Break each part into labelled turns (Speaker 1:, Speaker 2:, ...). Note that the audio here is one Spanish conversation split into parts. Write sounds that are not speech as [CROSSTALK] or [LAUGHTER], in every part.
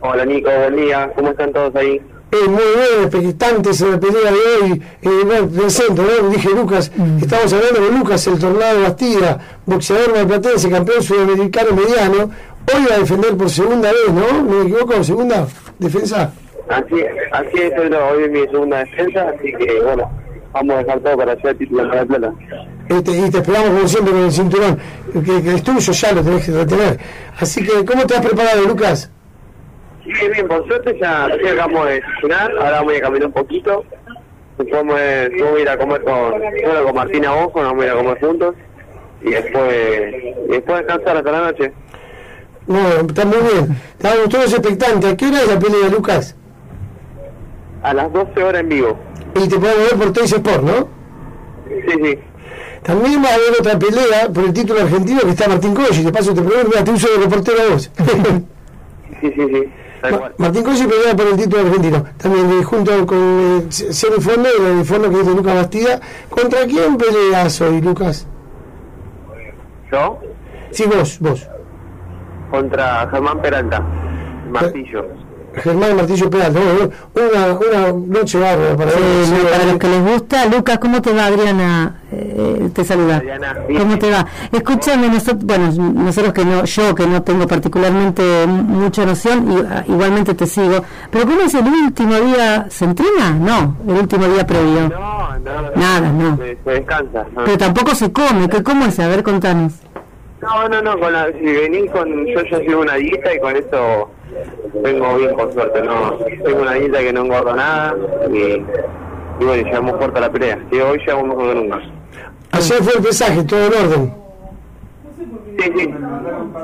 Speaker 1: Hola Nico, buen día. ¿Cómo están todos ahí?
Speaker 2: Eh, muy bien, expectantes en la pelea de hoy, eh, bueno, del centro, ¿no? dije Lucas, estamos hablando con Lucas, el tornado de Bastida, boxeador marplatense, campeón sudamericano mediano, hoy va a defender por segunda vez, ¿no? ¿Me equivoco? ¿Segunda defensa?
Speaker 1: Así, así es, hoy, no, hoy es mi segunda defensa, así que bueno, vamos a dejar todo para hacer título en Mar del Plata.
Speaker 2: Este, y te esperamos como siempre con el cinturón, que, que es tuyo, ya lo tenés que retener. Así que, ¿cómo te has preparado, Lucas?
Speaker 1: Sí, bien, por suerte ya recién acabamos de cenar, ahora voy a caminar un poquito. Después me, yo voy a ir a comer con, bueno, con Martina Ojo, nos vamos a ir a comer juntos. Y después, y después descansar hasta la noche.
Speaker 2: Bueno, está muy bien, estamos todos expectantes. ¿A qué hora es la pelea, Lucas?
Speaker 1: A las 12 horas en vivo.
Speaker 2: Y te podemos ver por Toys Sport, ¿no?
Speaker 1: Sí, sí.
Speaker 2: También va a haber otra pelea por el título argentino que está Martín Coy. Te paso, te pregunto, mira, te uso de reportero a vos.
Speaker 3: [LAUGHS]
Speaker 1: Sí, sí, sí. Tal
Speaker 2: Ma-
Speaker 1: cual.
Speaker 2: Martín Coy pelea por el título argentino. También eh, junto con eh, C- Cero Fondo, el fondo que es de Lucas Bastida. ¿Contra quién peleas hoy, Lucas?
Speaker 1: Yo
Speaker 2: Sí, vos, vos.
Speaker 1: contra Germán Peralta, Martillo.
Speaker 2: Germán Martillo Peral. Una, una noche bárbara para ver.
Speaker 3: Sí, para los que les gusta, Lucas, ¿cómo te va, Adriana? Eh, te saluda.
Speaker 1: Adriana,
Speaker 3: ¿Cómo
Speaker 1: bien.
Speaker 3: te va? Escúchame, nosotros, bueno, nosotros que no, yo que no tengo particularmente mucha noción, y, ah, igualmente te sigo. Pero ¿cómo es el último día? ¿Centrina? No, el último día previo.
Speaker 1: No, no,
Speaker 3: Nada, no.
Speaker 1: Se, se descansa. no.
Speaker 3: Pero tampoco se come, ¿qué cómo es? A ver, contanos.
Speaker 1: No, no, no, con la, si venís con... Yo ya llevo una dieta y con eso vengo bien, por suerte, no. Tengo una dieta que no engordo nada y, y bueno, llegamos fuerte a la pelea. Y hoy llegamos mejor que nunca.
Speaker 2: Ayer fue el pesaje, todo en orden.
Speaker 1: Sí, sí.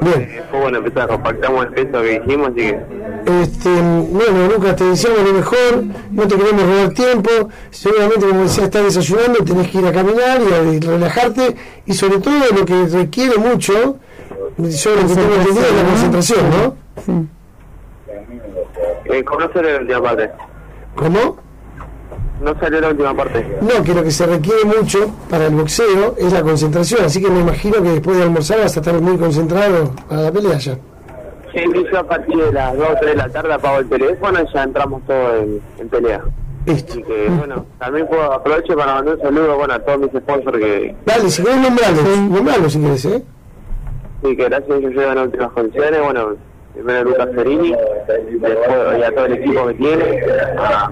Speaker 2: Bien.
Speaker 1: Fue bueno, empezamos, compactamos el peso que hicimos, así que...
Speaker 2: Este, bueno, Lucas, te deseamos lo mejor, no te queremos robar tiempo, seguramente como decía, estás desayunando, tenés que ir a caminar y a de- relajarte, y sobre todo lo que requiere mucho, yo lo que tengo entendido es la concentración, ¿no?
Speaker 3: Sí.
Speaker 1: Eh, ¿cómo no salió la última parte?
Speaker 2: ¿Cómo?
Speaker 1: No salió la última parte.
Speaker 2: No, que lo que se requiere mucho para el boxeo es la concentración, así que me imagino que después de almorzar vas a estar muy concentrado para la pelea ya.
Speaker 1: Sí, yo a partir de las 2 o 3 de la tarde apago el teléfono y ya entramos todos en, en pelea.
Speaker 2: Listo.
Speaker 1: Así que, Este, bueno, también puedo aprovecho para mandar un saludo bueno, a todos mis sponsors que,
Speaker 2: Dale, si querés nombrarlo, nombralo si querés, ¿eh?
Speaker 1: sí, que gracias a ellos llegan a últimas condiciones. Bueno, primero a Lucas Ferini, después y a todo el equipo que tiene, a,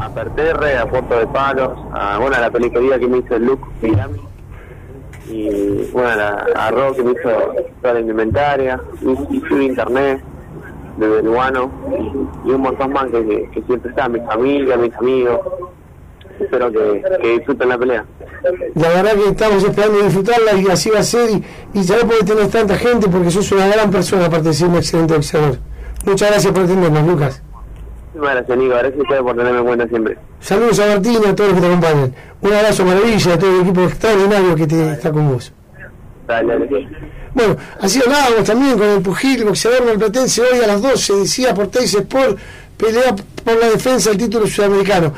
Speaker 1: a Perterre, a Puerto de Palos, a, bueno, a la peluquería que me hizo el Luke Miami, y bueno, a, la- a Ro que me hizo toda la indumentaria, y, y su internet desde Lugano, y, y un montón más que, que- que siempre está, mi familia, mis amigos. Espero que, que disfruten la pelea.
Speaker 2: La verdad que estamos esperando disfrutarla y así va a ser. Y, y ya no podés tener tanta gente porque sos una gran persona, aparte de ser un excelente boxeador. Muchas gracias por atendernos, Lucas.
Speaker 1: Muchas gracias, Nico. Gracias a ustedes por tenerme en cuenta siempre.
Speaker 2: Saludos a Martín y a todos los que te acompañan. Un abrazo maravilla a todo el equipo extraordinario que te- está con vos.
Speaker 1: Dale, dale.
Speaker 2: Bueno, así hablábamos también con el pugil, boxeador malplatense, hoy a las 12, decía por Teis Sport, pelea por la defensa del título sudamericano.